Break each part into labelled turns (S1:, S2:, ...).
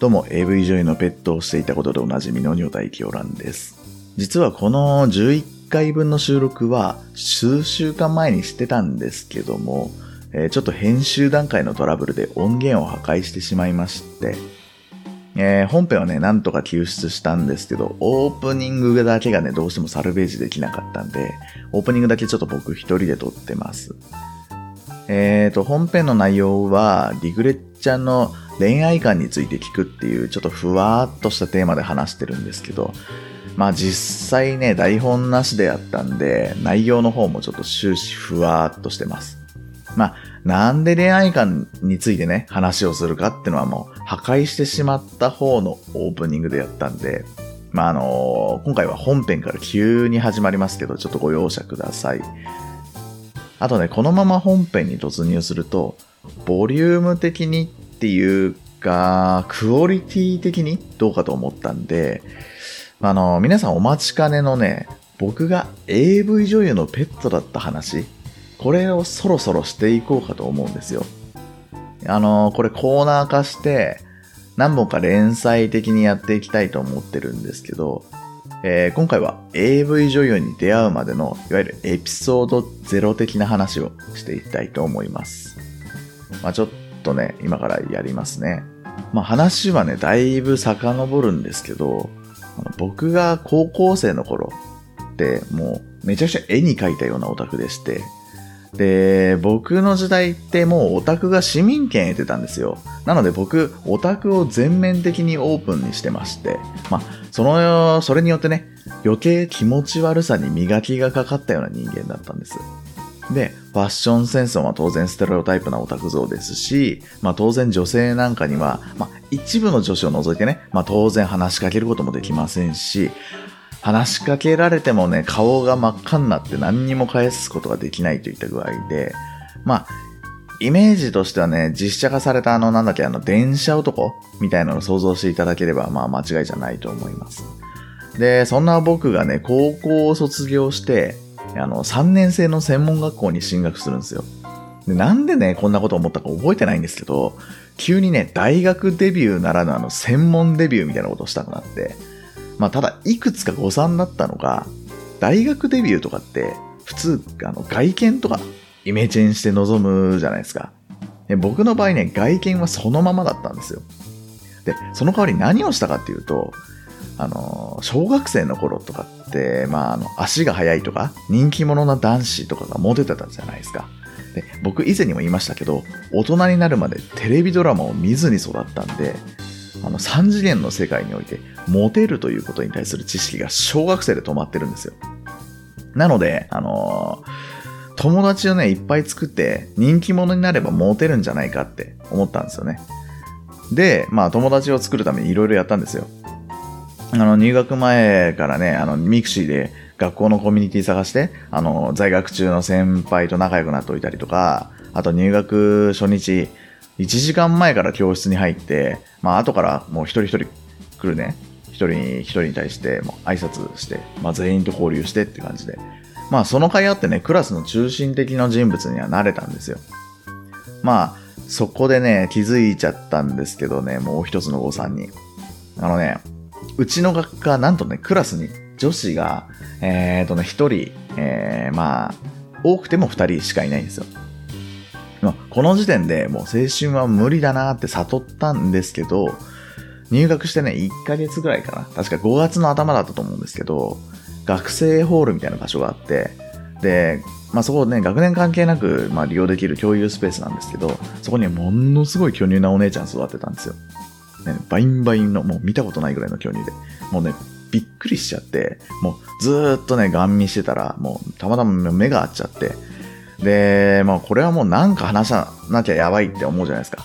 S1: どうも AV 女優のペットをしていたことでおなじみの女大清蘭です実はこの11回分の収録は数週間前にしてたんですけども、えーちょっと編集段階のトラブルで音源を破壊してしまいまして、えー本編はね、なんとか救出したんですけど、オープニングだけがね、どうしてもサルベージできなかったんで、オープニングだけちょっと僕一人で撮ってます。えーと、本編の内容は、リグレッちゃんの恋愛観について聞くっていう、ちょっとふわーっとしたテーマで話してるんですけど、まあ実際ね、台本なしでやったんで、内容の方もちょっと終始ふわーっとしてます。まあ、なんで恋愛観についてね、話をするかってのはもう、破壊してしまった方のオープニングでやったんで、まああの今回は本編から急に始まりますけど、ちょっとご容赦ください。あとね、このまま本編に突入すると、ボリューム的にっていうか、クオリティ的にどうかと思ったんで、あの、皆さんお待ちかねのね、僕が AV 女優のペットだった話、これをそろそろしていこうかと思うんですよ。あの、これコーナー化して、何本か連載的にやっていきたいと思ってるんですけど、えー今回は AV 女優に出会うまでのいわゆるエピソード0的な話をしていきたいと思います。まあ、ちょっとね、今からやりますね。まあ、話はね、だいぶ遡るんですけど、あの僕が高校生の頃ってもうめちゃくちゃ絵に描いたようなオタクでして、で、僕の時代ってもうオタクが市民権得てたんですよ。なので僕、オタクを全面的にオープンにしてまして、まあ、その、それによってね、余計気持ち悪さに磨きがかかったような人間だったんです。で、ファッションセンスは当然ステレオタイプなオタク像ですし、まあ当然女性なんかには、まあ一部の女子を除いてね、まあ当然話しかけることもできませんし、話しかけられてもね、顔が真っ赤になって何にも返すことができないといった具合で、まあ、イメージとしてはね、実写化されたあの、なんだっけ、あの、電車男みたいなのを想像していただければ、まあ間違いじゃないと思います。で、そんな僕がね、高校を卒業して、あの、3年生の専門学校に進学するんですよ。でなんでね、こんなこと思ったか覚えてないんですけど、急にね、大学デビューならぬあの、専門デビューみたいなことをしたくなって、まあ、ただ、いくつか誤算だったのが、大学デビューとかって、普通、あの、外見とか、イメチェンして臨むじゃないですか。で僕の場合ね、外見はそのままだったんですよ。で、その代わり何をしたかっていうと、あの、小学生の頃とかって、まあ、あの、足が速いとか、人気者な男子とかがモテてたじゃないですか。で、僕以前にも言いましたけど、大人になるまでテレビドラマを見ずに育ったんで、あの、3次元の世界において、モテるということに対する知識が小学生で止まってるんですよ。なので、あのー友達をね、いっぱい作って、人気者になればモテるんじゃないかって思ったんですよね。で、まあ、友達を作るためにいろいろやったんですよ。あの、入学前からね、あの、ミクシーで学校のコミュニティ探して、あの、在学中の先輩と仲良くなっておいたりとか、あと入学初日、1時間前から教室に入って、まあ、後からもう一人一人来るね、一人に一人に対して、もう挨拶して、まあ、全員と交流してって感じで、まあ、その会あってね、クラスの中心的な人物にはなれたんですよ。まあ、そこでね、気づいちゃったんですけどね、もう一つの誤算に。あのね、うちの学科、なんとね、クラスに女子が、えーとね、一人、えーまあ、多くても二人しかいないんですよ。まあこの時点でもう青春は無理だなって悟ったんですけど、入学してね、1ヶ月ぐらいかな。確か5月の頭だったと思うんですけど、学生ホールみたいな場所があって、で、まあそこね、学年関係なく、まあ、利用できる共有スペースなんですけど、そこにものすごい巨乳なお姉ちゃん育ってたんですよ。ね、バインバインの、もう見たことないぐらいの巨乳で、もうね、びっくりしちゃって、もうずーっとね、ガン見してたら、もうたまたま目が合っちゃって、で、まあこれはもうなんか話さなきゃやばいって思うじゃないですか。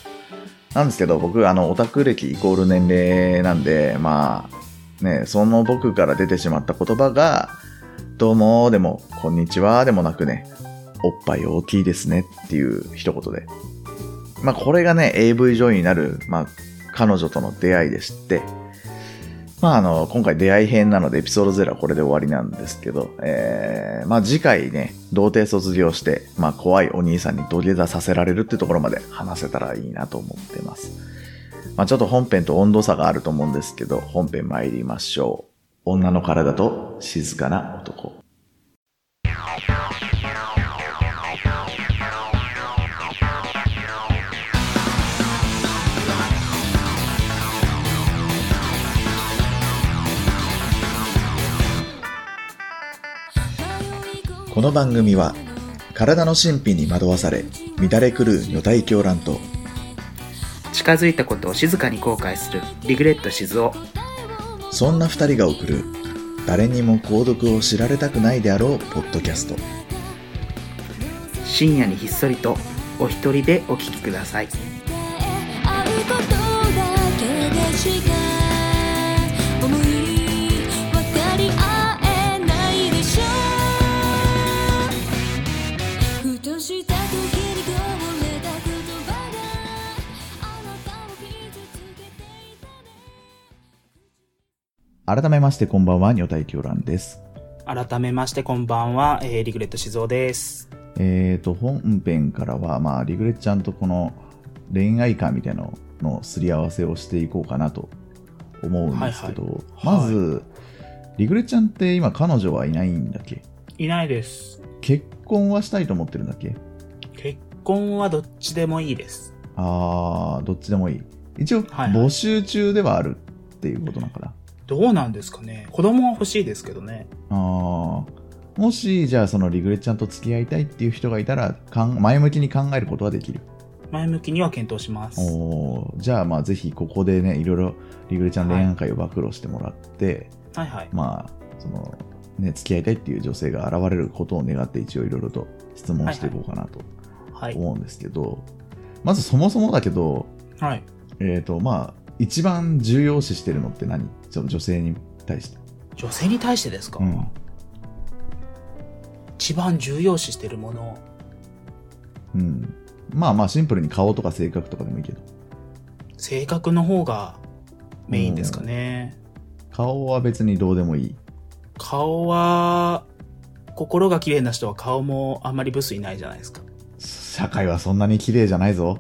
S1: なんですけど、僕、あの、オタク歴イコール年齢なんで、まあ、ね、その僕から出てしまった言葉が、どうも、でも、こんにちは、でもなくね、おっぱい大きいですねっていう一言で。まあ、これがね、AV 女優になる、まあ、彼女との出会いでして、まあ、あの、今回出会い編なので、エピソード0はこれで終わりなんですけど、えー、まあ、次回ね、童貞卒業して、まあ、怖いお兄さんに土下座させられるってところまで話せたらいいなと思ってます。まあ、ちょっと本編と温度差があると思うんですけど、本編参りましょう。女の体と静かな男。この番組は体の神秘に惑わされ乱れ狂う女体狂乱と
S2: 近づいたことを静かに後悔するリグレット静雄
S1: そんな二人が送る誰にも購読を知られたくないであろうポッドキャスト
S2: 深夜にひっそりとお一人でお聞きください
S3: 会うことだけでしか思い分かり合えないでしょふとした時にこぼれた言葉があなたを傷つけていたね
S1: 改めましてこんばんは女体狂乱です
S4: 改めましてこんばんは、えーリグレット静雄です。
S1: えーと本編からは、まあ、リグレッちゃんとこの恋愛観みたいなののすり合わせをしていこうかなと思うんですけど、
S4: はい
S1: まず、リグレッちゃんって今彼女はいないんだっけ
S4: いないです。
S1: 結婚はしたいと思ってるんだっけ
S4: 結婚はどっちでもいいです。
S1: あーどっちでもいい一応
S4: はいはい
S1: 募集中ではあるっていうことなんかな、
S4: どうなんですかね子供は欲しいですけどね。
S1: ああもしじゃあそのリグレッちゃんと付き合いたいっていう人がいたらかん前向きに考えることはできる
S4: 前向きには検討します。
S1: おーじゃあまあぜひここでねいろいろリグレちゃん恋愛会を暴露してもらって、
S4: はいはい。
S1: まあそのね付き合いたいっていう女性が現れることを願って一応いろいろと質問していこうかなと
S4: はい。
S1: 思うんですけど、まずそもそもだけど
S4: はい。
S1: えっ、とまあ一番重要視してるのって何その女性に対して、
S4: 女性に対してですか、
S1: うん、
S4: 一番重要視してるもの。
S1: うん。まあまあシンプルに顔とか性格とかでもいいけど。
S4: 性格の方がメインですかね。
S1: 顔は別にどうでもいい。
S4: 顔は、心が綺麗な人は顔もあんまりブスいないじゃないですか。
S1: 社会はそんなに綺麗じゃないぞ。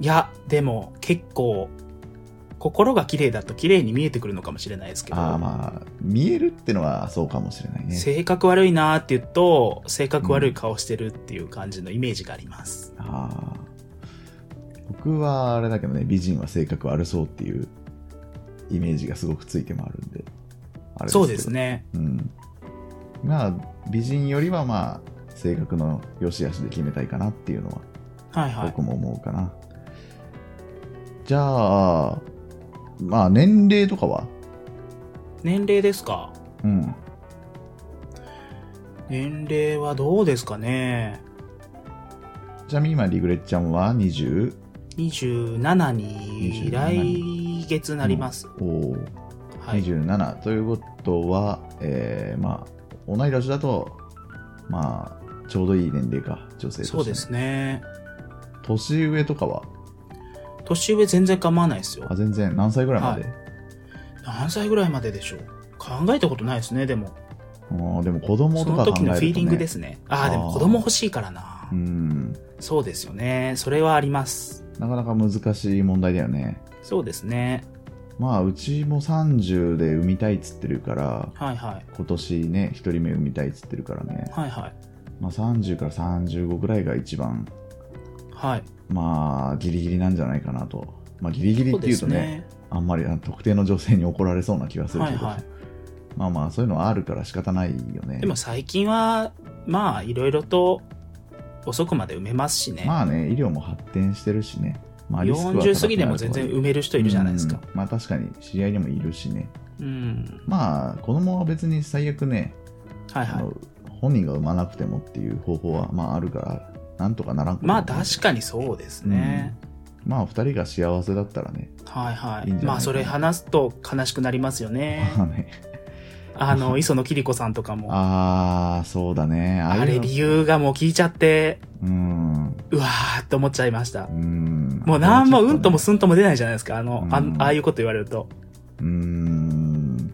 S4: いや、でも結構、心が綺麗だと綺麗に見えてくるのかもしれないですけど、
S1: ああまあ、見えるってのはそうかもしれないね。
S4: 性格悪いなーって言うと、性格悪い顔してるっていう感じのイメージがあります。
S1: ああ。僕はあれだけどね、美人は性格悪そうっていうイメージがすごくついてもあるんで。あれけど
S4: そうです。ね。
S1: うん。まあ、美人よりはまあ、性格の良し悪しで決めたいかなっていうのは
S4: はいはい。
S1: 僕も思うかな、じゃあまあ年齢とかは
S4: 年齢ですか
S1: うん
S4: 年齢はどうですかね
S1: ちなみに今リグレッちゃんは20
S4: ?27 に来月なります。
S1: おー
S4: はい。
S1: 27ということは、えーまあ同い年だとまあちょうどいい年齢か女性としてね
S4: そうですね。
S1: 年上とかは
S4: 年上全然構わないですよ
S1: あ。全然何歳ぐらいまで、
S4: 何歳ぐらいまででしょう考えたことないですね、でも。
S1: うんでも子供
S4: そ
S1: と
S4: の
S1: か考えると、ね、
S4: 時のフィーリングですね。あ
S1: あー
S4: あ、でも子供欲しいからな
S1: う。ん
S4: そうですよね。それはあります。
S1: なかなか難しい問題だよね
S4: そうですね。
S1: まあうちも30で産みたいっつってるから
S4: はいはい。
S1: 今年ね1人目産みたいっつってるからね、
S4: はいはい。
S1: まあ、30から35ぐらいが一番
S4: はい。
S1: まあギリギリなんじゃないかなと、まあ、ギリギリっていうとねあんまりあの特定の女性に怒られそうな気がす
S4: そうですね。
S1: る
S4: は
S1: け
S4: い
S1: ど、
S4: は
S1: まあまあそういうのはあるから仕方ないよね
S4: い。でも最近は、まあ、いろいろと遅くまで埋めますしね。
S1: まあね医療も発展してるしね、まあ、リスクは高くなると
S4: 40過ぎでも全然埋める人いるじゃないですか。
S1: うんまあ確かに知り合いにもいるしね
S4: うん。
S1: まあ子供は別に最悪ね
S4: はい
S1: あ
S4: はい。
S1: の本人が産まなくてもっていう方法はまああるからなんとかならんことも
S4: ま
S1: な
S4: あ、
S1: い
S4: 確かにそうですね。
S1: まあ2人が幸せだったらね、
S4: はいはい
S1: いいんじゃないかな
S4: まあ、それ話すと悲しくなります よね。
S1: まあね
S4: あの、磯野桐子さんとかも。
S1: ああそうだねあ
S4: あ
S1: いう
S4: れ
S1: の
S4: 理由がもう聞いちゃって、
S1: うん
S4: うわーって思っちゃいました
S1: う。ん
S4: もうなんもうんともすんとも出ないじゃないですか。あの、あ
S1: うん
S4: ああいうこと言われると。
S1: うん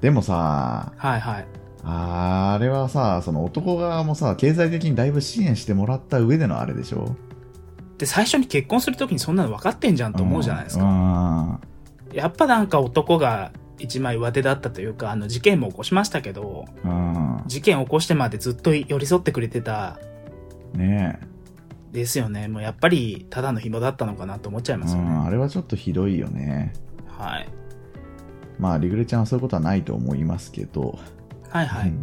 S1: でもさ
S4: はいはい。
S1: あれはさその男側もさ経済的にだいぶ支援してもらった上でのあれでしょ
S4: で最初に結婚するときにそんなの分かってんじゃんと思うじゃないですか、
S1: か。
S4: やっぱなんか男が一枚上手だったというかあの事件も起こしましたけど
S1: うん。うん
S4: 事件を起こしてまでずっと寄り添ってくれてた
S1: ねえ。
S4: ですよねもうやっぱりただの紐だったのかなと思っちゃいます
S1: う
S4: よね、
S1: ん、あれはちょっとひどいよね。
S4: はい、
S1: まあ、リグレちゃんはそういうことはないと思いますけど、
S4: はいはい、
S1: うん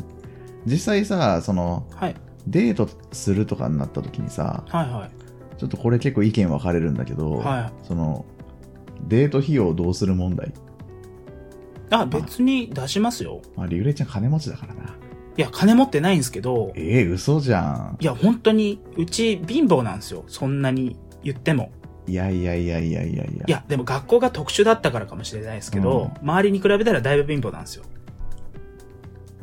S1: 実際さ、その、
S4: はい
S1: デートするとかになった時にさ、
S4: はいはい
S1: ちょっとこれ結構意見分かれるんだけど、
S4: はい
S1: その、デート費用をどうする問題。
S4: あ別に出しますよ
S1: まあ、リグレちゃん金持ちだからな。
S4: いや金持ってないんですけど
S1: ええ嘘じゃん。
S4: いや本当にうち貧乏なんですよそんなに言っても
S1: いやいやいやいやいやいや。
S4: いやでも学校が特殊だったからかもしれないですけど、周りに比べたらだいぶ貧乏なんですよ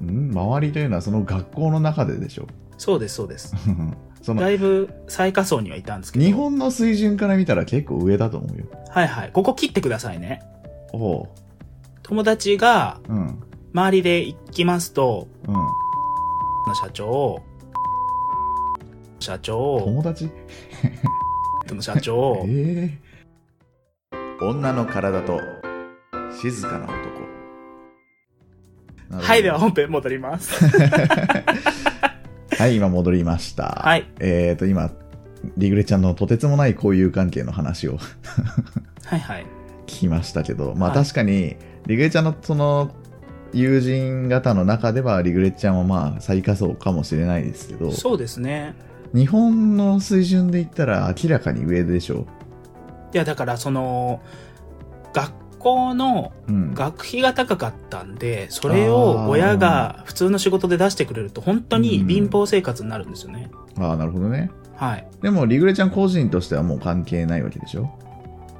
S1: うん、周りというのはその学校の中ででしょ。
S4: そうですそうです
S1: その
S4: だ、いぶ最下層にはいたんですけど
S1: 日本の水準から見たら結構上だと思うよ。
S4: はいはい。ここ切ってくださいね。
S1: おう。
S4: 友達が
S1: うん。うん。
S4: 周りで行きますと、の社長、社長、
S1: 友達
S4: の社長、
S1: ええ女の体と静かな男。なるほど
S4: はい、では本編戻ります。
S1: はい、今戻りました。
S4: はい。
S1: えっ、と、今、リグレちゃんのとてつもない交友関係の話を
S4: はいはい。
S1: 聞きましたけど、まあ
S4: はい
S1: 確かに、リグレちゃんのその、友人方の中では、リグレちゃんはまあ最下層かもしれないですけど、
S4: そうですね。
S1: 日本の水準で言ったら明らかに上でしょ
S4: いや、だからその、学校の
S1: う。うん。
S4: 学費が高かったんで、それを親が普通の仕事で出してくれると、本当に貧乏生活になるんですよね。
S1: ああ、なるほどね。
S4: はい。
S1: でも、リグレちゃん個人としてはもう関係ないわけでしょ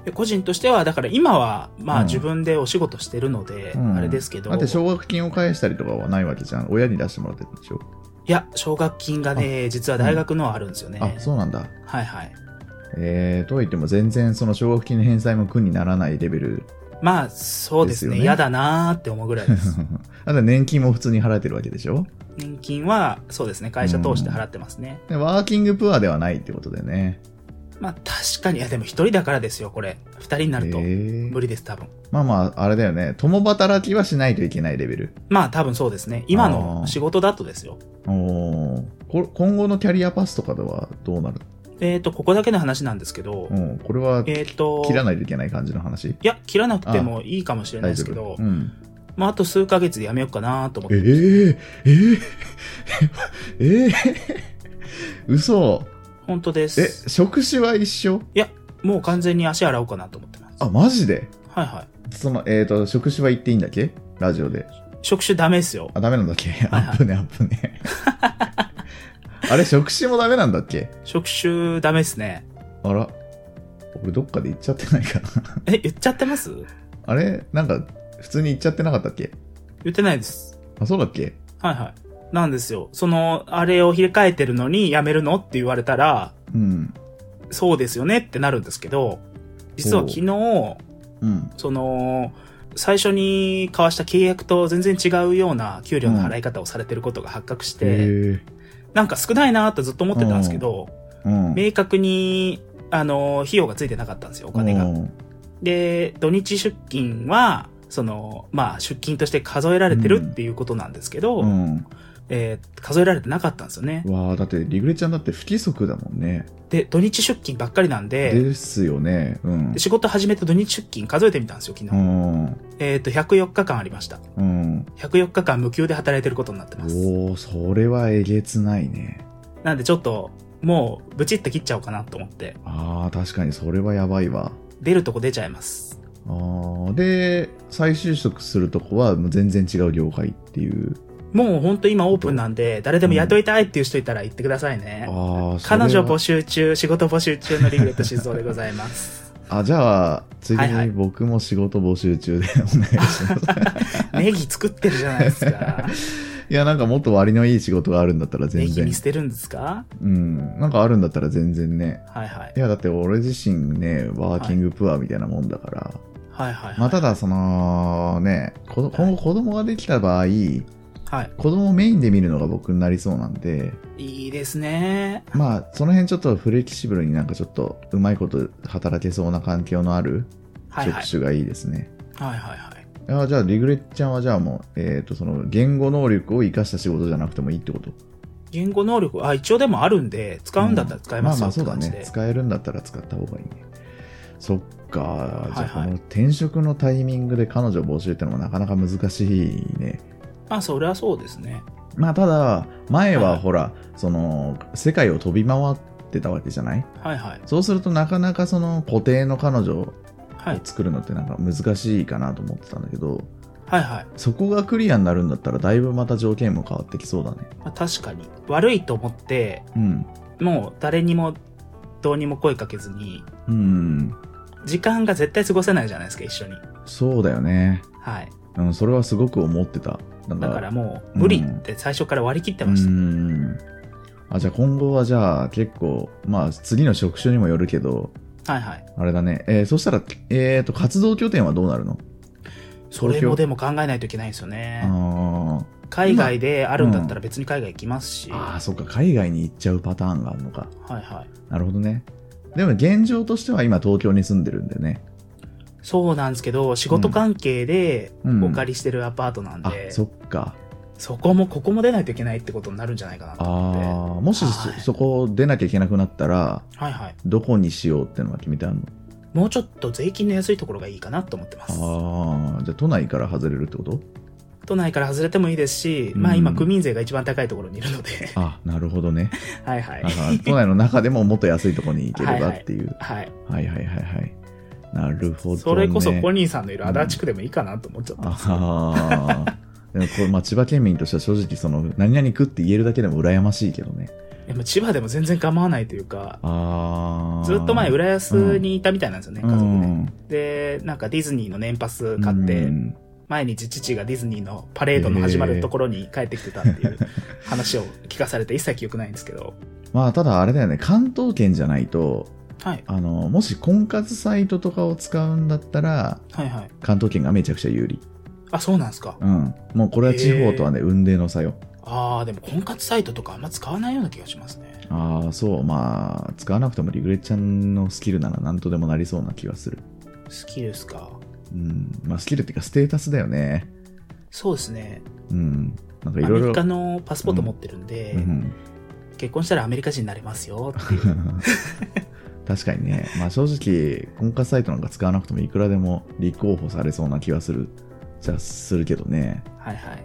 S4: で個人としては、だから今は、
S1: う
S4: まあ
S1: ん
S4: 自分でお仕事してるので、
S1: うん
S4: あれですけど。
S1: だって奨学金を返したりとかはないわけじゃん。親に出してもらってるんでしょ、
S4: いや、奨学金がね、実は大学のはあるんですよね。
S1: あ、そうなんだ。
S4: はいはい。
S1: えー、とは言っても全然その奨学金の返済も苦にならないレベル。
S4: まあ、そうで
S1: です
S4: すね。
S1: よね
S4: 嫌、だなーって思うぐら いです。
S1: あと年金も普通に払えてるわけでしょ
S4: 年金は、そうですね。会社通して払ってますね。
S1: でワーキングプアではないってことでね。
S4: まあ、確かに、いや、でも一人だからですよ、これ。二人になると
S1: え。ー
S4: 無理です、多分。
S1: まあまあ、あれだよね。共働きはしないといけないレベル。
S4: まあ、多分そうですね。今
S1: あー
S4: の仕事だとですよ。
S1: おーこ今後のキャリアパスとかではどうなる
S4: えっ、と、ここだけの話なんですけど、
S1: うん、これは
S4: えっ、と、
S1: 切らないといけない感じの話
S4: いや、切らなくてもいいかもしれな
S1: 大
S4: いです
S1: 丈
S4: けど
S1: 夫。、うん。
S4: まあ、あと数ヶ月でやめようかなと思っ
S1: え
S4: て。
S1: ー、えー、えー、えー、嘘。
S4: 本当で
S1: え、
S4: す。
S1: 職種は一緒
S4: もう完全に足洗おうかなと思ってます。
S1: あ、マジで
S4: はいはい。
S1: その、えっ、と、職種は言っていいんだっけラジオで。
S4: 職種ダメですよ。
S1: あ、ダメなんだっけ
S4: はいはい
S1: アップね、アップ ね。あれ、職種もダメなんだっけ
S4: 職種ダメですね。
S1: あら。俺どっかで言っちゃってないかな。
S4: え、言っちゃってます
S1: あれなんか、普通に言っちゃってなかったっけ
S4: 言ってないです。
S1: あ、そうだっけ
S4: はいはい。なんですよ。その、あれを入れ替えてるのに辞めるのって言われたら、
S1: うん。
S4: そうですよねってなるんですけど、実は昨日、
S1: うん。
S4: その、最初に交わした契約と全然違うような給料の払い方をされてることが発覚して、
S1: へ
S4: なんか少ないなーとずっと思ってたんですけど、
S1: え。うん。
S4: 明確に、あの、費用がついてなかったんですよ、お
S1: お
S4: 金が。
S1: うん。
S4: で、土日出勤は、その、まあ、出勤として数えられてるっていうことなんですけど、
S1: うん
S4: えー数えられてなかったんですよね。
S1: わあだって、リグレちゃんだって不規則だもんね。
S4: で、土日出勤ばっかりなんで、
S1: ですよね。うん
S4: で。仕事始めて土日出勤数えてみたんですよ、昨
S1: う
S4: 日。
S1: ん。
S4: えっ、と、104日間ありました。
S1: うん。
S4: 104日間無給で働いてることになってます。
S1: おおそれはえげつないね。
S4: なんでちょっと、もう、ブチって切っちゃおうかなと思って、
S1: ああ確かにそれはやばいわ。
S4: 出るとこ出ちゃいます。
S1: あーで、再就職するとこはもう全然違う業界っていう。
S4: もうほんと今オープンなんで、誰でも雇いたいっていう人いたら言ってくださいね。
S1: ああ、それは
S4: 彼女募集中、仕事募集中のリグレット静雄でございます。
S1: あ、じゃあ、ついで
S4: はいは
S1: に
S4: い
S1: 僕も仕事募集中で お願いします。
S4: ネギ作ってるじゃないですか。
S1: いや、なんかもっと割のいい仕事があるんだったら
S4: ネ
S1: 全
S4: ギ
S1: 然
S4: 見。捨てるんですか
S1: うん。なんかあるんだったら全然ね。
S4: はいはい
S1: い。や、だって俺自身ね、ワーキングプアみたいなもんだから。
S4: はいはい、はい。
S1: まあ、ただ、そのね、こ今後子供ができた場合、
S4: はい。
S1: 子供をメインで見るのが僕になりそうなんで、
S4: いいですね。
S1: まあ、その辺ちょっとフレキシブルになんかちょっとうまいこと働けそうな環境のある
S4: はいは
S1: 職
S4: い。
S1: 種がいいですね。
S4: はいはいはい。
S1: あじゃあ、リグレッちゃんはじゃあもう、えっ、と、その言語能力を生かした仕事じゃなくてもいいってこと
S4: 言語能力、あ、一応でもあるんで、使うんだったら使えます
S1: まあま
S4: よ
S1: あ
S4: って
S1: そうだ
S4: 感じ
S1: ね
S4: で。
S1: 使えるんだったら使った方がいいねそっかじゃあこ
S4: はいは
S1: の
S4: い
S1: 転職のタイミングで彼女募集ってのもなかなか難しいね
S4: まあ、それはそうですね。
S1: まあただ前
S4: はいは
S1: はいほら、その世界を飛び回ってたわけじゃない
S4: はいはい。
S1: そうするとなかなかその固定の彼女を
S4: はい。
S1: 作るのってなんか難しいかなと思ってたんだけど
S4: はいはい。
S1: そこがクリアになるんだったらだいぶまた条件も変わってきそうだね
S4: まあ、確かに。悪いと思って、
S1: うん
S4: もう誰にも、どうにも声かけずに、
S1: うん
S4: 時間が絶対過ごせないじゃないですか、一緒に。
S1: そうだよね
S4: はい。
S1: うんそれはすごく思ってたなん
S4: だからもう、無理って最初から割り切ってまし
S1: う
S4: た。
S1: んあじゃあ今後はじゃあ結構まあ次の職種にもよるけど
S4: はいはい。
S1: あれだね、えーそしたら、えー、と活動拠点はどうなるの
S4: それもでも考えないといけないんですよね。
S1: あー
S4: 海外であるんだった
S1: う
S4: ら別に海外行きますし。
S1: あ
S4: は
S1: ーそっか海外に行っちゃうパターンがあるのか
S4: いはい。
S1: なるほどねでも現状としては今東京に住んでるんだよね
S4: そうなんですけど、仕事関係で
S1: うん
S4: お借りしてるアパートなん
S1: あ
S4: で、
S1: そっか
S4: そこもここも出ないといけないってことになるんじゃないかなと
S1: あ
S4: 思
S1: ーもしそ
S4: はい
S1: そこ出なきゃいけなくなったら
S4: って。はいはい。
S1: どこにしようってのは決めてあるの
S4: もうちょっと税金の安いところがいいかなと思ってます。
S1: ああじゃあ都内から外れるってこと
S4: 都内から外れてもいいですし、
S1: うん
S4: まあ今、区民税が一番高いところにいる ので、
S1: あなるほどね
S4: はいはい
S1: だ。 から都内の中でももっと安いとこに行ければ
S4: はいはい
S1: っていう
S4: はい。
S1: はいはいはいはい。なるほど、ね。
S4: それこそポ
S1: れ。
S4: ニーさんのいる足立区でもいいかなと思っちゃったんですよ
S1: ああ。でもこれ、まあ、千葉県民としては正直、その、何々区って言えるだけでも羨ましいけどね。
S4: でも千葉でも全然構わないというか、
S1: ああ。
S4: ずっと前、浦安にいたみたいなんですよね、
S1: うん
S4: 家族で。で、なんかディズニーの年パス買っ
S1: う
S4: て、
S1: ん
S4: 毎日父がディズニーのパレードの始まるところに帰ってきてたっていう話を聞かされて一切記憶ないんですけど、
S1: まあ、ただあれだよね、関東圏じゃないと、
S4: はい。
S1: あの、もし婚活サイトとかを使うんだったら、
S4: はいはい。
S1: 関東圏がめちゃくちゃ有利。
S4: あ、そうなんですか。
S1: うん。もうこれは地方とはね、雲泥の差よ。
S4: ああ、でも婚活サイトとかあんま使わないような気がしますね。
S1: ああ、そう、まあ、使わなくてもリグレちゃんのスキルなら何とでもなりそうな気がする。
S4: スキルっすか。
S1: うん。まあ、スキルっていうか、ステータスだよね。
S4: そうですね。
S1: うん。なんかい
S4: ア
S1: ろ
S4: メ
S1: いろ
S4: リ。カのパスポート持ってるんで、
S1: うん
S4: 結婚したらアメリカ人になれますよっていう。
S1: 確かにね。まあ正直、婚活サイトなんか使わなくてもいくらでも立候補されそうな気はする、じゃするけどね。
S4: はいはい。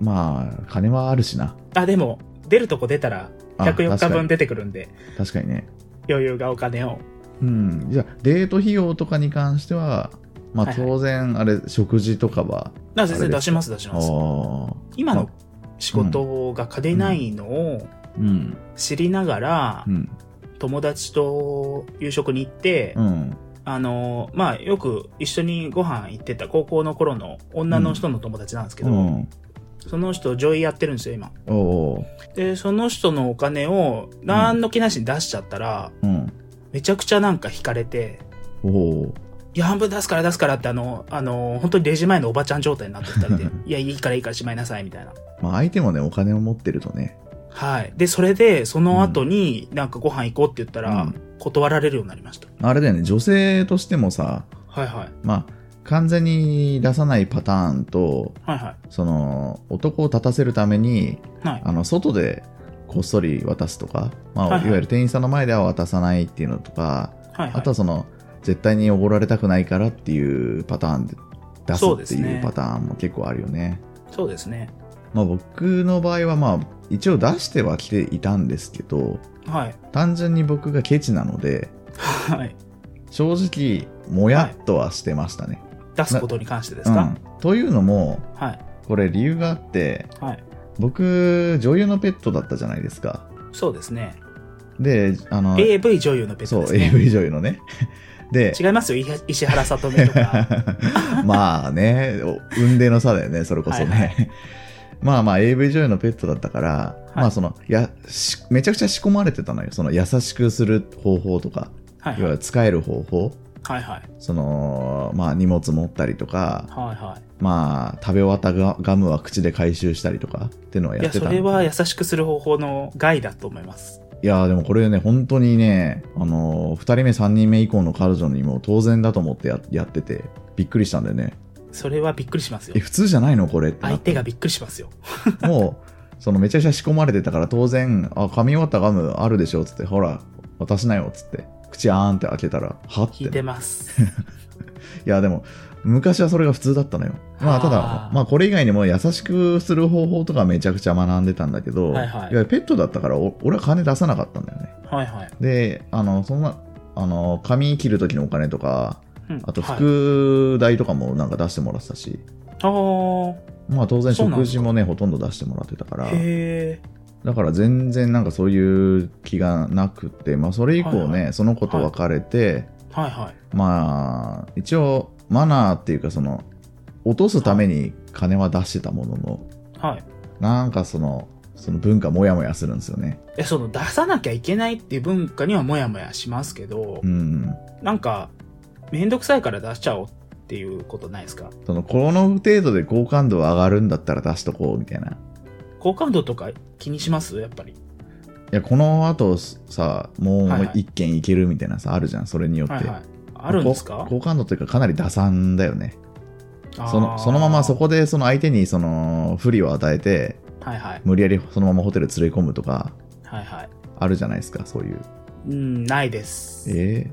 S1: まあ、金はあるしな。
S4: あ、でも、出るとこ出たら、
S1: あ
S4: 104日
S1: 確か
S4: 分
S1: に
S4: 出てくるんで、
S1: 確かにね。
S4: 余裕がお金を。
S1: うん。じゃあ、デート費用とかに関しては、まあ
S4: はいはい
S1: 当然、あれ、食事とかは、
S4: な全
S1: あれ
S4: 然
S1: です
S4: 出します出します。
S1: ああ。
S4: 今の仕事が金ないのを
S1: うん。
S4: 知りながら
S1: う、ん。
S4: 友達と夕食に行って、
S1: うん。
S4: あの、まあ、よく一緒にご飯行ってた高校の頃の女の人の友達なんですけ
S1: う
S4: ど、
S1: ん。
S4: その人、女医やってるんですよ、今。
S1: おお
S4: で、その人のお金を、何の気なしに出しちゃったら、
S1: ー。うん。
S4: めちゃくちゃなんか惹かれて、
S1: おお
S4: いや、半分出すから出すからって、あの、あの、本当にレジ前のおばちゃん状態になって二人で、 いや、いいからいいからしまいなさい、みたいな。
S1: ー。まあ相手もね、お金を持ってるとね。
S4: はい。で、それで、その後に、なんかご飯行こうって言ったら、
S1: うん
S4: 断られるようになりました。
S1: あれだよね、女性としてもさ、
S4: はいはい。
S1: まあ、完全に出さないパターンと、
S4: はいは
S1: その、男を立たせるために、
S4: い。はい。
S1: あの、外でこっそり渡すとか、まあ、
S4: は
S1: い
S4: いはい
S1: わゆる店員さんの前では渡さないっていうのとか、
S4: はい、
S1: あとはその、絶対におごられたくないからっていうパターンで出す
S4: そう
S1: っ
S4: で
S1: て
S4: す
S1: い
S4: ね
S1: うパターンも結構あるよね。
S4: そうですね。
S1: まあ、僕の場合は、まあ、一応出してはきていたんですけど、
S4: はい。
S1: 単純に僕がケチなので、
S4: はい。
S1: 正直、もやっとはしてましたね。
S4: 出すことに関してですか、
S1: うん、というのも、
S4: はい。
S1: これ理由があって
S4: はい。
S1: 僕女優のペットだったじゃないですか
S4: そうですね。
S1: であの、
S4: AV 女優の別
S1: そ
S4: で
S1: う
S4: すね。
S1: AV 女優のね で
S4: 違いますよ、いは石原さとみとか。
S1: まあねお運命の差だよねそれこそね
S4: はいは
S1: まあまあ AV 女優のペットだったから、
S4: い
S1: まあそのやしめちゃくちゃ仕込まれてたのよその優しくする方法とか
S4: はい
S1: 要
S4: は。
S1: はい使える方法
S4: はいはい。
S1: その、まあ荷物持ったりとか、
S4: はいは。
S1: まあ食べ終わったガガムは口で回収したりとかっていうのはい
S4: い
S1: や
S4: や、
S1: って
S4: そ
S1: たんで
S4: れは優しくする方法の害だと思います。
S1: いやーでもこれね、本当にね、あのー、2人目、3人目以降の彼女にも当然だと思ってややってて、びっくりしたんだよね。
S4: それはびっくりしますよ
S1: え、。普通じゃないのこれってな
S4: 相
S1: って。
S4: 手がびっくりしますよ。
S1: もう、そのめちゃくちゃ仕込まれてたから当然、あ、噛み終わったガムあるでしょつって、ほら、渡しなよつって、口あーんって開けたら、はって
S4: 引い
S1: な。
S4: て
S1: い
S4: ます。
S1: や、でも、昔はそれが普通だったのよ。まあ、ただ
S4: あ、ー
S1: まあ、これ以外にも優しくする方法とかめちゃくちゃ学んでたんだけど、
S4: はいはい
S1: わゆるペットだったから、お俺は金出さなかったんだよね。
S4: はいはい。
S1: で、あの、そんな、あの、髪切る時のお金とか、
S4: うん
S1: あと
S4: はい
S1: 服代とかもなんか出してもらってたし、
S4: あー
S1: まあ当然
S4: そうなん
S1: 食
S4: です
S1: 事
S4: か
S1: もね、ほとんど出してもらってたから、
S4: へえ。
S1: だから全然なんかそういう気がなくて、まあそれ以降ね、
S4: はい
S1: その子と別れて、
S4: はいはい。
S1: まあ一応マナーっていうかその、落とすために金は出してたものの、
S4: はい。
S1: なんかその、その文化もやもやするんですよね。
S4: え、その出さなきゃいけないっていう文化にはもやもやしますけど
S1: う、ん。
S4: なんか、めんどくさいから出しちゃおうっていうことないですか
S1: その、この程度で好感度上がるんだったら出しとこうみたいな。
S4: 好感度とか気にしますやっぱり。
S1: いやこの後さもう
S4: はいはい
S1: 一件いけるみたいなさあるじゃんそれによって、
S4: はいはい。あるんですか
S1: 好好感度というかかなり打算だよねそのそのままそ。こでその相手にその不利を与えて
S4: あーはいはい。
S1: 無理やりそのままホテル連れ込むとか
S4: はいはい。
S1: あるじゃないですかそういう
S4: うん、ないです。
S1: ええ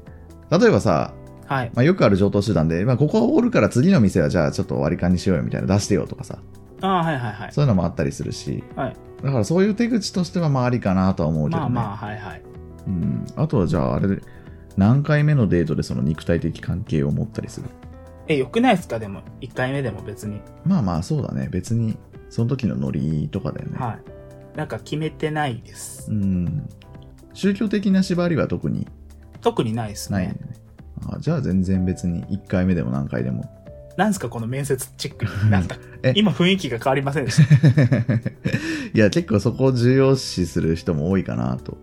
S1: 例えばさ、
S4: はい。
S1: まあ、よくある上等手段で、まあ、ここおるから次の店はじゃあちょっと割り勘にしようよみたいな出してよとかさ
S4: ああ、はいはいはい。
S1: そういうのもあったりするし、
S4: はい
S1: だからそういう手口としてはまあありかなとは思うけど、
S4: まあ
S1: ね、
S4: まあ、はいはい。
S1: うん、あとはじゃああれで何回目のデートでその肉体的関係を持ったりする
S4: え、よくないですかでも、1回目でも別に。
S1: まあまあそうだね別にその時のノリとかだよね、
S4: はい。なんか決めてないで
S1: う
S4: す。
S1: ん宗教的な縛りは特に
S4: 特にないです
S1: ないよ
S4: ね
S1: ね。あじゃあ全然別に1回目でも何回でも
S4: なんですかこの面接チェックになった
S1: え。
S4: 今雰囲気が変わりません でした。
S1: いや結構そこを重要視する人も多いかなと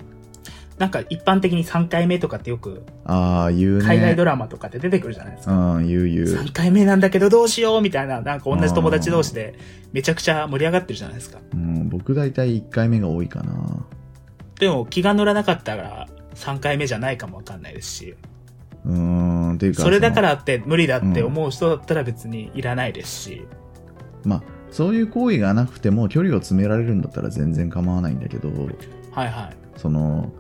S4: なんか一般的に3回目とかってよく
S1: ああ言うね
S4: 海外ドラマとかって出てくるじゃないですか。
S1: うん言う言う
S4: 3回目なんだけどどうしようみたいな、なんか同じ友達同士でめちゃくちゃ盛り上がってるじゃないですか。
S1: うん僕大体1回目が多いかな
S4: でも気が乗らなかったら3回目じゃないかもわかんないですし、
S1: うーんっていうか
S4: それだか
S1: の
S4: らって無理だって思う人だったら別にいらないですし、
S1: まあそういう行為がなくても距離を詰められるんだったら全然構わないんだけど
S4: はいはい。
S1: その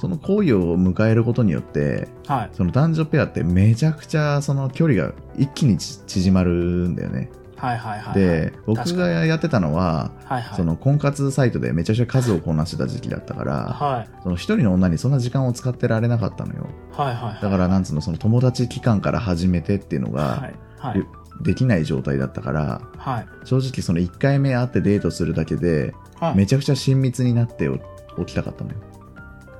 S1: その行為を迎えることによって
S4: はい。
S1: その男女ペアってめちゃくちゃその距離が一気にち縮まるんだよね、
S4: はいはいはい。
S1: で
S4: 確
S1: 僕
S4: か
S1: がやってたのは、
S4: に、はいはい。
S1: その婚活サイトでめちゃくちゃ数をこなしてた時期だったから、
S4: はい。
S1: その一人の女にそんな時間を使ってられなかったのよ
S4: はいはい。
S1: だからなんつうのその友達期間から始めてっていうの
S4: は
S1: が
S4: い。はい。
S1: できない状態だったから、
S4: はい。
S1: 正直その1回目会ってデートするだけで
S4: はい。
S1: めちゃくちゃ親密になっておおきたかったのよ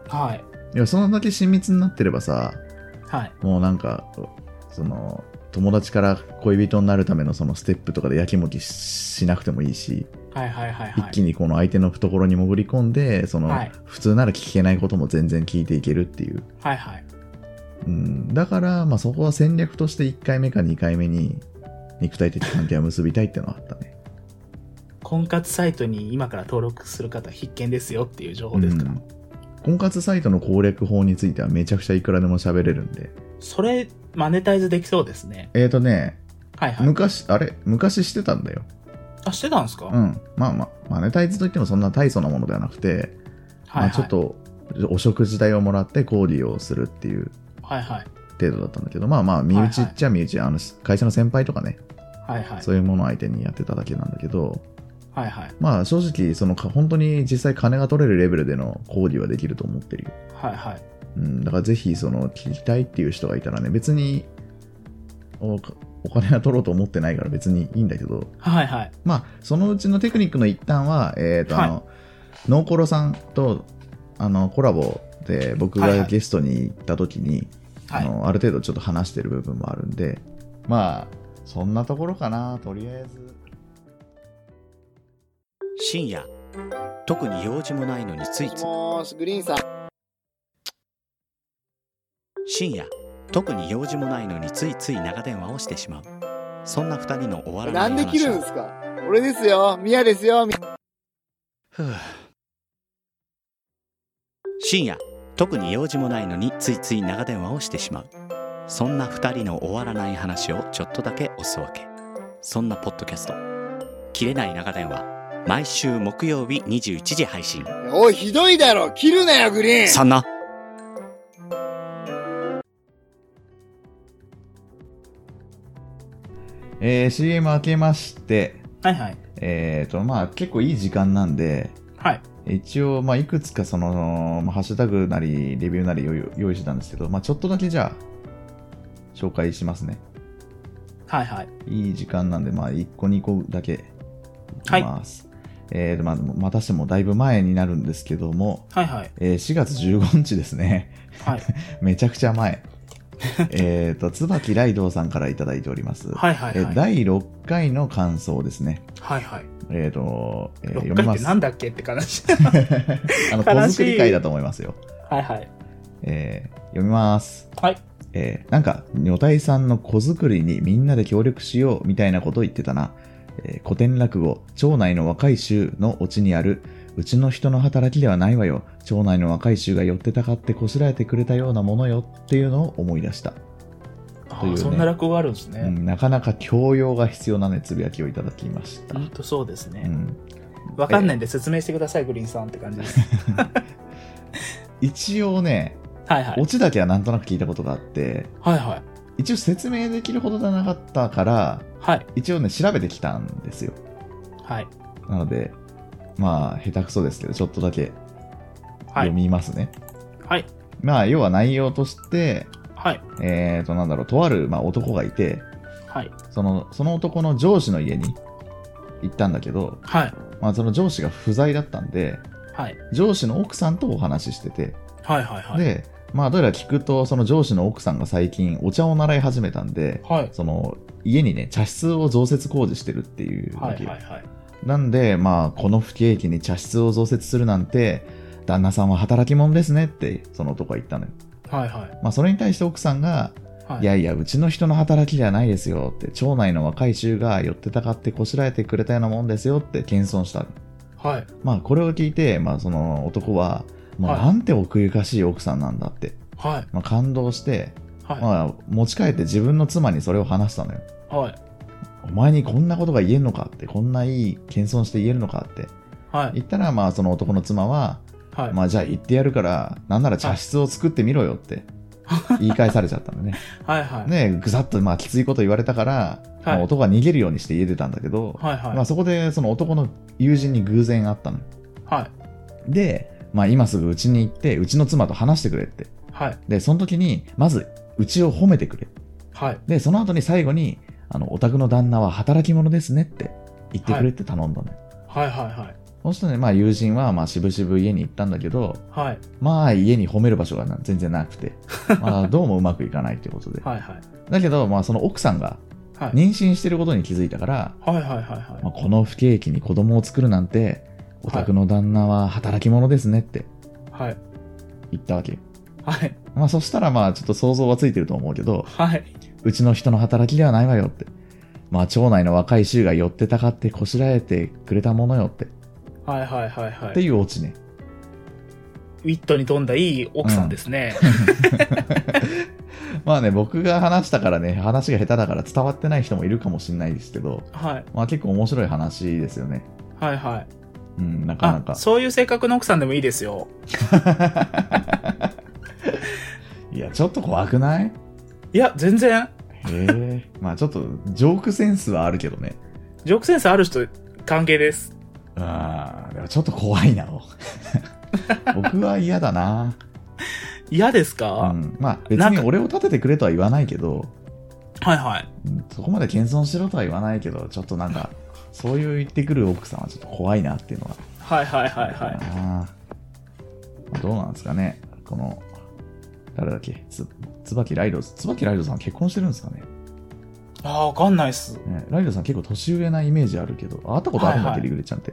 S4: はい。
S1: いやそんだけ親密になってればさ
S4: はい。
S1: もうなんかその友達から恋人になるためのそのステップとかでやきもきししなくてもいいし、
S4: はいはいはいは
S1: 一
S4: い。
S1: 気にこの相手の懐に潜り込んでその、
S4: はい
S1: 普通なら聞けないことも全然聞いていけるっていう、
S4: はいはい。
S1: うん、だから、まあ、そこは戦略として1回目か2回目に肉体的関係を結びたいっていうのはあったね
S4: 婚活サイトに今から登録する方必見ですよっていう情報ですから。
S1: うん婚活サイトの攻略法についてはめちゃくちゃいくらでも喋れるんで
S4: それ、マネタイズできそうですね。
S1: えーとね
S4: はいはい。
S1: 昔、あれ昔してたんだよ
S4: あ、してたんですか、
S1: う
S4: はい
S1: んまあまあマネタイズといってもそんな大層なものではなくて、
S4: はい。
S1: まあ、ちょっ。とお食事代をもらって交流をするっていう
S4: はいはい。
S1: 程度だったんだけどまあまあ身内っちゃ身内、あの会社の先輩とかね、
S4: はいはい。
S1: そういうものを相手にやってただけなんだけど
S4: はいはい。
S1: まあ正直そのか本当に実際金が取れるレベルでの交流はできると思ってるよ、
S4: はいはい。
S1: うん、だからぜひその聞きたいっていう人がいたらね別におお金は取ろうと思ってないから別にいいんだけど
S4: はいはい。
S1: まあそのうちのテクニックの一端はえっ、と、あのノーコロさんとあのコラボで僕
S4: はいは
S1: が
S4: い
S1: ゲストに行った時に、
S4: は
S1: あ
S4: い。
S1: のある程度ちょっと話してる部分もあるんでまあそんなところかなとりあえず
S5: 深夜特に用事もないのについつい
S6: もしグリーンさん
S5: 深夜特に用事もないのについつい長電話をしてしまうそんな二人の終わらな
S6: ない
S5: 話
S6: んで切るんですか俺ですよ、ミヤですよ、み
S5: ふう深夜特に用事もないのについつい長電話をしてしまうそんな二人の終わらない話をちょっとだけおすわけそんなポッドキャスト「切れない長電話」毎週木曜日21時配信
S6: おい、ひどいだろ切るなよ、グリーン
S5: そんな
S1: えー CM 明けまして、
S4: はいはい。
S1: えーと、まあ結構いい時間なんで、
S4: はい。
S1: 一応、まあいくつかその、まあハッシュタグなり、レビューなり用意用意してたんですけど、まあちょっとだけじゃあ、紹介しますね。
S4: はいはい。
S1: いい時間なんで、まあ1個2個だけ、
S4: はい
S1: きます。えーとまあ、またしてもだいぶ前になるんですけども、
S4: はいはい。
S1: えー4月15日ですね。
S4: はい。
S1: めちゃくちゃ 前。えっと、椿ライドウさんからいただいております。
S4: はいはい
S1: え
S4: は
S1: ー
S4: い。
S1: 第6回の感想ですね。
S4: はいはい。
S1: えっ、と、えー
S4: 6
S1: 読み
S4: 回っ
S1: ま
S4: て
S1: す。
S4: なんだっけって話。
S1: あの、
S4: 悲
S1: 小
S4: しい
S1: 作り会だと思いますよ。
S4: はいはい。
S1: えー読みます。
S4: はい。
S1: えーなんか、女体さんの小作りにみんなで協力しようみたいなこと言ってたな。えー古典落語、町内の若い衆のオチにある、うちの人の働きではないわよ。町内の若い衆が寄ってたかってこしらえてくれたようなものよっていうのを思い出した。
S4: あ
S1: という
S4: ー
S1: ね
S4: そんな落語があるんですね。
S1: うんなかなか教養が必要なね、つぶやきをいただきました。
S4: 本当そうです
S1: う
S4: ね。
S1: ん
S4: わかんないんで説明してください、グリーンさんって感じです。
S1: 一応ね、
S4: はいはい
S1: オ。チだけはなんとなく聞いたことがあって、
S4: はいはい。
S1: 一応説明できるほどじゃなかったから、
S4: はい。
S1: 一応ね、調べてきたんですよ。
S4: はい。
S1: なので、まあ、下手くそですけど、ちょっとだけ
S4: は
S1: 読
S4: い。
S1: みますね。
S4: はい。
S1: まあ、要は内容として、
S4: はい。
S1: えーと、なんだろう、とある、まあ、男がいて、
S4: はい。
S1: その、その男の上司の家に行ったんだけど、
S4: はい。
S1: まあ、その上司が不在だったんで、
S4: はい。
S1: 上司の奥さんとお話ししてて、
S4: はいはいはい。
S1: で、まあ、どうやら聞くと、その上司の奥さんが最近お茶を習い始めたんで、
S4: はい。
S1: その、家にね、茶室を増設工事してるっていうわ
S4: は
S1: け
S4: い
S1: よ
S4: はいはい。
S1: なんで、まあ、この不景気に茶室を増設するなんて、旦那さんは働き者ですねって、その男は言ったのよ。
S4: はいはい。
S1: まあ、それに対して奥さんが、
S4: はい
S1: いやいや、うちの人の働きじゃないですよって、町内の若い衆が寄ってたかってこしらえてくれたようなもんですよって謙遜したの。
S4: はい。
S1: まあ、これを聞いて、まあ、その男は、もう
S4: はい
S1: なんて奥ゆかしい奥さんなんだって、
S4: はい。
S1: まあ、感動して、
S4: は
S1: まあ、持ち帰って自分の妻にそれを話したのよ。
S4: い。はい。
S1: お前にこんなことが言えるのかって、こんないい謙遜して言えるのかって
S4: はい。
S1: 言ったら、まあ、その男の妻は、
S4: はい。
S1: まあ、じゃあ言ってやるから、なんなら茶室を作ってみろよって言い返されちゃったのね。
S4: はいはい。
S1: ねぐさっとまあきついこと言われたから、まあ男が逃げるようにして家出たんだけど、
S4: はいはい。
S1: まあ、そこでその男の友人に偶然会ったの。
S4: はい。
S1: で、まあ、今すぐうちに行って、うちの妻と話してくれって。
S4: はい。
S1: で、その時に、まず、うちを褒めてくれ。
S4: はい。
S1: で、その後に最後に、あの、お宅の旦那は働き者ですねって言ってくれって頼んだの。
S4: はいはいはい。
S1: そしたらね、まあ、友人は、まあ、しぶしぶ家に行ったんだけど、
S4: はい。
S1: まあ家に褒める場所がな全然なく て、まあどうもうまくいかないということで。
S4: はいはい。
S1: だけど、まあその奥さんが
S4: はい。
S1: 妊娠してることに気づいたから、
S4: はいはいはいはい。
S1: まあ、この不景気に子供を作るなんて、お宅の旦那は働き者ですねって
S4: はい。
S1: 言ったわけ。
S4: はい。
S1: まあそしたらまあちょっと想像はついてると思うけど、
S4: はい。
S1: うちの人の働きではないわよって。まあ町内の若い衆が寄ってたかってこしらえてくれたものよって。
S4: はいはいはいは
S1: って
S4: い。
S1: いうオチね。
S4: ウィットに富んだいい奥さんですね。
S1: まあね、僕が話したからね、話が下手だから伝わってない人もいるかもしれないですけど、
S4: はい。
S1: まあ結構面白い話ですよね。
S4: はいはい。
S1: うん、なかな
S4: あ、
S1: か。
S4: そういう性格の奥さんでもいいですよ。
S1: いや、ちょっと怖くない
S4: いや、全然。
S1: へえ。 まあちょっと、ジョークセンスはあるけどね。
S4: ジョークセンスある人、関係です。
S1: ああ、でもちょっと怖いな。 僕は嫌だな。
S4: 嫌です
S1: う
S4: か、
S1: ん、まあ別
S4: なん
S1: に
S4: か
S1: 俺を立ててくれとは言わないけど、
S4: はいはい。
S1: うんそこまで謙遜しろとは言わないけど、ちょっとなんか、そういう言ってくる奥さんはちょっと怖いなっていうのは
S4: はいはいはい
S1: あ
S4: はい。
S1: るなまあどうなんですかね。この、誰だっけつ、椿ライド、椿ライドさん結婚してるんですかね。
S4: ああ、わかんないっす。
S1: ね、ライドさん結構年上なイメージあるけど、あ会ったことあるんだっけ、
S4: はいはい
S1: リグレちゃんって。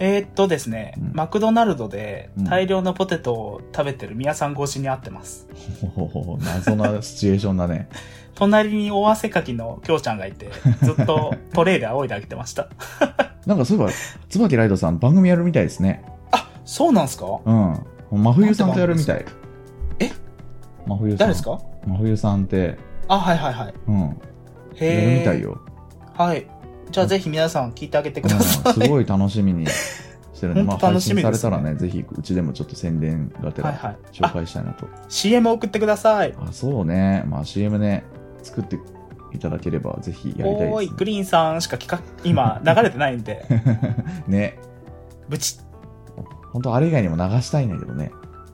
S4: えーっとですね、
S1: うん
S4: マクドナルドで
S1: うん
S4: 大量のポテトを食べてる宮さん越しに会ってます。
S1: ほほほほ謎なシチュエーションだね。
S4: 隣に大汗かきのきょうちゃんがいて、ずっとトレーで仰いであげてました。
S1: なんかそういえば、椿ライドさん番組やるみたいですね。
S4: あ、そうなんすか
S1: うん。真冬さんとやるみたい。
S4: え
S1: 真冬さん。
S4: 誰ですか
S1: 真冬さんって、
S4: あ、はいはいはい。
S1: うん。
S4: へ
S1: や
S4: え。
S1: るみたい。よ。
S4: はい。じゃあぜひ皆さん聞いてあげてくださ
S1: う
S4: い。
S1: んすごい楽しみにしてるね。まあ
S4: 本当
S1: 配
S4: 楽し
S1: 信
S4: み
S1: さ
S4: で
S1: れ
S4: す
S1: た
S4: ね
S1: らね、ぜひうちでもちょっと宣伝がて
S4: はいは
S1: ら
S4: い
S1: 紹介したいなと。
S4: CM 送ってください。
S1: あそうね。まあ CM ね、作っていただければぜひやりたい
S4: おー
S1: で
S4: い、
S1: す
S4: グリーンさんしか聞か、今流れてないん で、
S1: ね。ね。
S4: ブチッ。
S1: 本当あれ以外にも流したいんだけどね。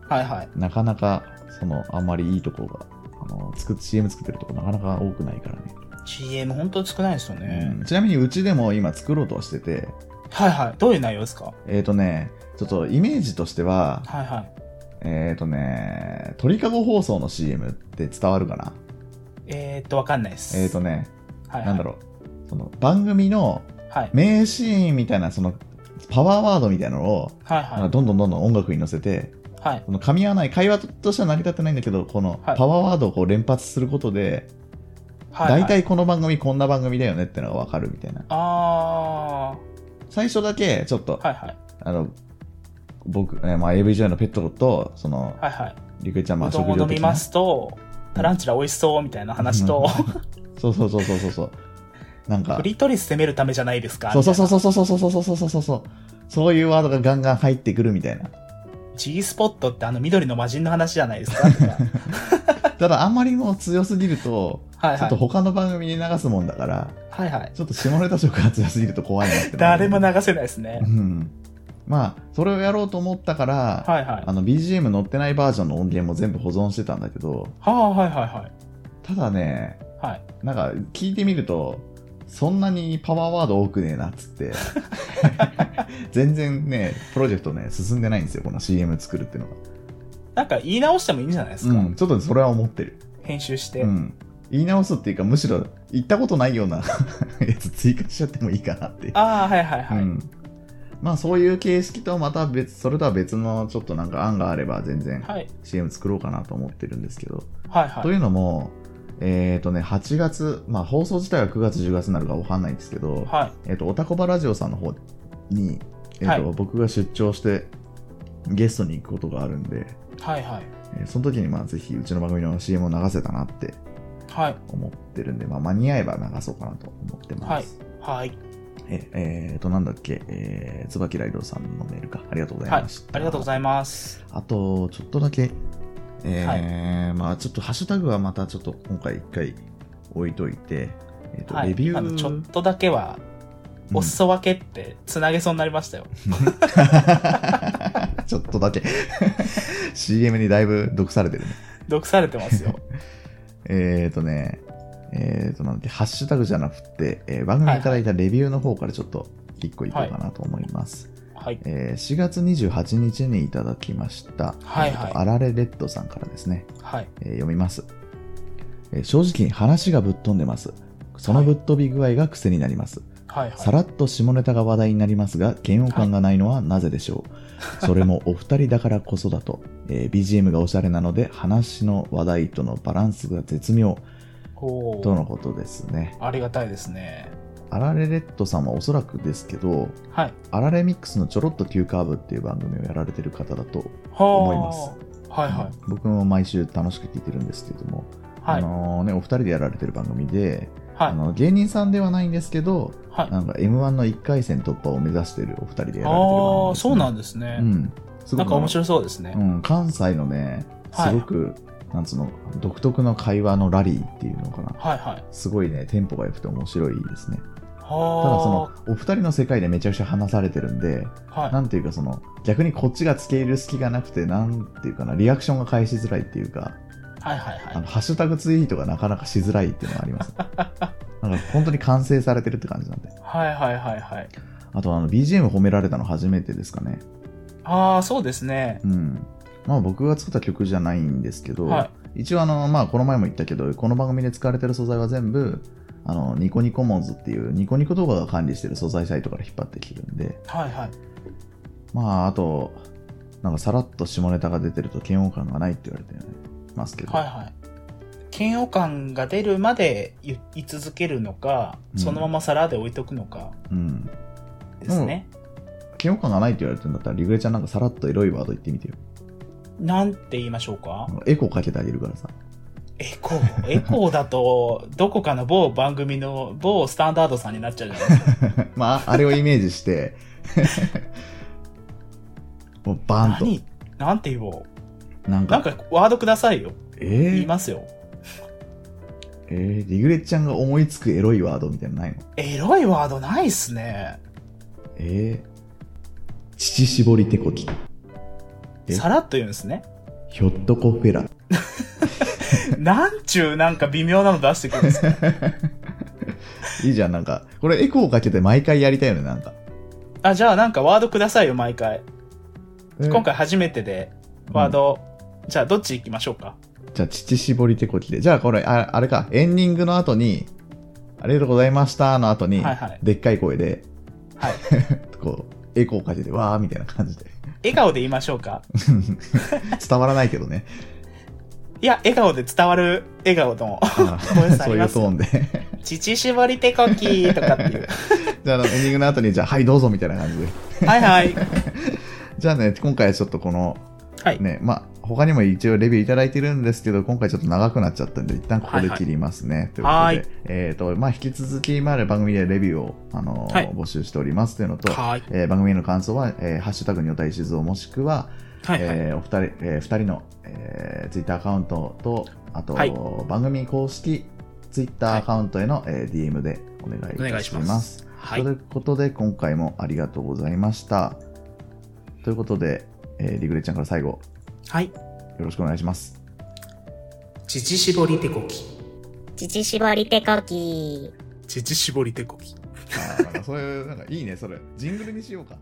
S4: はいはい。
S1: なかなか、その、あんまりいいとこが、あの、作っ CM 作ってるとこなかなか多くないからね。
S4: CM 本当に少ないですよね。
S1: うんちなみにうちでも今作ろうとしてて、
S4: はいはい。どういう内容ですか
S1: えっ、とね、ちょっとイメージとしては、
S4: はいはい。
S1: えっ、とね、鳥かご放送の CM って伝わるかな
S4: えー、っと、わかんないです。
S1: えっ、とね、
S4: はいはい、
S1: なんだろう、その番組の
S4: はい。
S1: 名シーンみたいな、そのパワーワードみたいなのを、
S4: は
S1: な
S4: い
S1: んか
S4: は
S1: どんどんどんどん音楽に乗せて、
S4: い。はい。
S1: この噛み合わない、会話としては成り立ってないんだけど、この
S4: はい
S1: パワーワードをこう連発することで、
S4: はい、はい。
S1: 大体この番組こんな番組だよねってのがわかるみたいな。
S4: あ
S1: 最初だけ、ちょっと、
S4: ー。はいはい。
S1: あの、僕、えーまあ、AVJ のペットと、その、
S4: はいはい。
S1: リクエちゃん、まあ、
S4: うどん
S1: 食
S4: を
S1: 料
S4: 飲
S1: 的
S4: み
S1: な
S4: ま。すと、タランチュラ美味しそうみたいな話と、
S1: そうそうそうそうそうそう。なんか
S4: ク、リトリス攻めるためじゃないです か。
S1: そうそうそう
S4: う。
S1: そうそうそうそうそうそうそうそう。そういうワードがガンガン入ってくるみたいな。
S4: G スポットってあの緑の魔人の話じゃな いですか。とか
S1: ただ、あんまりもう強すぎると、
S4: はい
S1: ちょ
S4: は
S1: っと
S4: い。
S1: 他の番組に流すもんだから、
S4: はいはい。
S1: ちょっと下ネタ色が強すぎると怖いなって。
S4: 誰も流せないですね
S1: う。ん。まあ、それをやろうと思ったから、
S4: はいはい。
S1: あの BGM 載ってないバージョンの音源も全部保存してたんだけど
S4: はあ、はいはいはい。
S1: ただね
S4: はい。
S1: なんか聞いてみるとそんなにパワーワード多くねえなっつって 全然ねプロジェクトね進んでないんですよこの CM 作るっていうのが、
S4: なんか言い直してもいいんじゃないですか。
S1: うん、ちょっとそれは思ってる、
S4: 編集して。
S1: うん、言い直すっていうかむしろ言ったことないよう なやつ追加しちゃってもいいかなっていう
S4: ああ、はいはいはい。
S1: うん、まあそういう形式とまた別それとは別のちょっとなんか案があれば全然
S4: はい。
S1: CM 作ろうかなと思ってるんですけど
S4: はい
S1: と
S4: はいい。
S1: うのも、えっ、とね、8月、まあ、放送自体は9月、10月になるかわかんないんですけど、
S4: はい。
S1: えっ、と、おたこばラジオさんの方に、えっ、と、
S4: はい
S1: 僕が出張して、ゲストに行くことがあるんで、
S4: はいはい。
S1: えーその時に、まあ、ぜひ、うちの番組の CM を流せたなって
S4: はい。
S1: 思ってるんで、まあ、間に合えば流そうかなと思ってます。
S4: はい。
S1: ええーと、なんだっけ、えー、椿ライドさんのメールか。ありがとうござい
S4: はい
S1: ました。
S4: ありがとうございます。
S1: あと、ちょっとだけ、えーまあちょっとハッシュタグはまたちょっと今回一回置いといて、えっ、と、
S4: はい。
S1: レビュ
S4: あの
S1: ー。
S4: ちょっとだけは、
S1: うん
S4: お裾分けってつなげそうになりましたよ。
S1: ちょっとだけ。CM にだいぶ毒されてるね。
S4: 毒されてます よ。
S1: えっ、とね、えっ、と、なんだっけハッシュタグじゃなくて、えー番組いただいたレビューの方からちょっと一個いこうかなと思います。
S4: はい。
S1: えー4月28日にいただきました、
S4: はい
S1: え
S4: はい
S1: ーとあられレッドさんからですね。
S4: はい。
S1: えー読みます、えー正直に話がぶっ飛んでますそのぶっ飛び具合が癖になります、
S4: はい。
S1: さらっと下ネタが話題になりますが嫌悪感がないのはなぜでしょう、それもお二人だからこそだと、えー BGM がおしゃれなので話の話題とのバランスが絶妙
S4: お
S1: と
S4: ー
S1: のことですね
S4: ありがたいですね。
S1: あられレッドさんはおそらくですけど
S4: はい。
S1: あられミックスのちょろっと急カーブっていう番組をやられてる方だと、
S4: は
S1: 思い
S4: あ。はいは
S1: 僕も毎週楽しく聞いてるんですけども、
S4: い。
S1: あ
S4: はい。
S1: のーね、お二人でやられてる番組で、あ
S4: は
S1: の芸人さんではないんですけど、
S4: い。はい。
S1: なんか m 1の1回戦突破を目指してるお二人でやられてる番組ですね、
S4: ああ、そうなん
S1: で
S4: です
S1: う
S4: ね。
S1: ん、すご
S4: なん
S1: く
S4: か面白そうですね。
S1: うん、関西のね、
S4: はい
S1: すごく、なんつうの、独特の会話のラリーっていうのかな、
S4: はいはい。
S1: すごいね、テンポが良くて面白いですね。
S4: は
S1: ただ、そ
S4: あ。
S1: の、お二人の世界でめちゃくちゃ話されてるんで、
S4: はい。
S1: なんていうか、その、逆にこっちがつけ入る隙がなくて、なんていうかな、リアクションが返しづらいっていうか、
S4: はいはい
S1: あ
S4: はい。
S1: のハッシュタグツイートがなかなかしづらいっていうのがあり ます。なんか本当に完成されてるって感じなんで。
S4: はいはいはいはい。
S1: あとあの BGM 褒められたの初めてですかね。
S4: ああ、そうですね。
S1: うん。まあ僕が作った曲じゃないんですけど、
S4: は
S1: 一応あの、まあこの前も言ったけど、この番組で使われてる素材は全部、あの、ニコニコモンズっていうニコニコ動画が管理してる素材サイトから引っ張ってきてるんで、
S4: はいはい。
S1: まあ、あと、なんかさらっと下ネタが出てると嫌悪感がないって言われてますけど。
S4: はいはい。嫌悪感が出るまで言い続けるのか、
S1: うん
S4: そのまま皿で置いとくのか
S1: うん。
S4: ですね。
S1: 嫌悪感がないって言われてるんだったら、リグレちゃんなんかさらっとエロいワード言ってみてよ。
S4: なんて言いましょうか
S1: エコーかけてあげるからさ。
S4: エコー。エコーだと、どこかの某番組の某スタンダードさんになっちゃうじゃないですか。
S1: まあ、あれをイメージ して、もうバーンと。
S4: 何なんて言おう。
S1: なんか、
S4: なんかワードくださいよ。
S1: え
S4: 言い
S1: ー、
S4: ますよ。
S1: えー、リグレちゃんが思いつくエロいワードみたいなのないの
S4: エロいワードないっすね。
S1: えー、乳絞り手こき。え
S4: さらっと言うんですね。
S1: ひょっとこフェラ。
S4: なんちゅうなんか微妙なの出してくるん ですか
S1: いいじゃん、なんか。これエコーかけて毎回やりたいよね、なんか。
S4: あ、じゃあなんかワードくださいよ、毎回。
S1: えー
S4: 今回初めてで、ワード、じゃあどっち行きましょうか。
S1: じゃあ、乳絞り手こきで。じゃあ、これ、ああれか、エンディングの後に、ありがとうございましたの後に、
S4: はいはい
S1: でっかい声で、
S4: はい
S1: こう、エコーかけて、わーみたいな感じで。
S4: 笑顔で言いましょうか。
S1: 伝わらないけどね。
S4: いや、笑顔で伝わる笑顔の、 ごめんなさ
S1: そう
S4: いあり
S1: いう
S4: ます
S1: トーンで。
S4: 乳絞り手こきーとかって いう。
S1: じゃあ、あのエンディングの後に、じゃあ、はい、どうぞみたいな感じで。
S4: はいはい。
S1: じゃあね、今回はちょっとこの、
S4: はい。
S1: ね、まあ、他にも一応レビューいただいてるんですけど、今回ちょっと長くなっちゃったんで、一旦ここで切りますね。
S4: はいはい
S1: ということで、えっ、と、まあ、引き続き、まあ、番組でレビューを、あのー
S4: はい
S1: 募集しておりますというのと、
S4: はい。
S1: えー番組への感想は、えーハッシュタグにおたいしずおもしくは、
S4: はいはい。
S1: えーお二人、えー二人の、えツイッター Twitter アカウントと、あと、
S4: はい
S1: 番組公式ツイッターアカウントへの、えー DM でお願いいた
S4: お願い
S1: し
S4: し
S1: ま。
S4: ますは
S1: とい
S4: い。
S1: うことで、今回もありがとうございました。ということで、えーリグレちゃんから最後、
S4: はい。
S1: よろしくお願いします。
S4: 乳絞り手こき。
S7: 乳絞り手こき。
S4: 乳絞り手こき。
S1: あーなんかそういう、なんかいいね、それ。ジングルにしようか。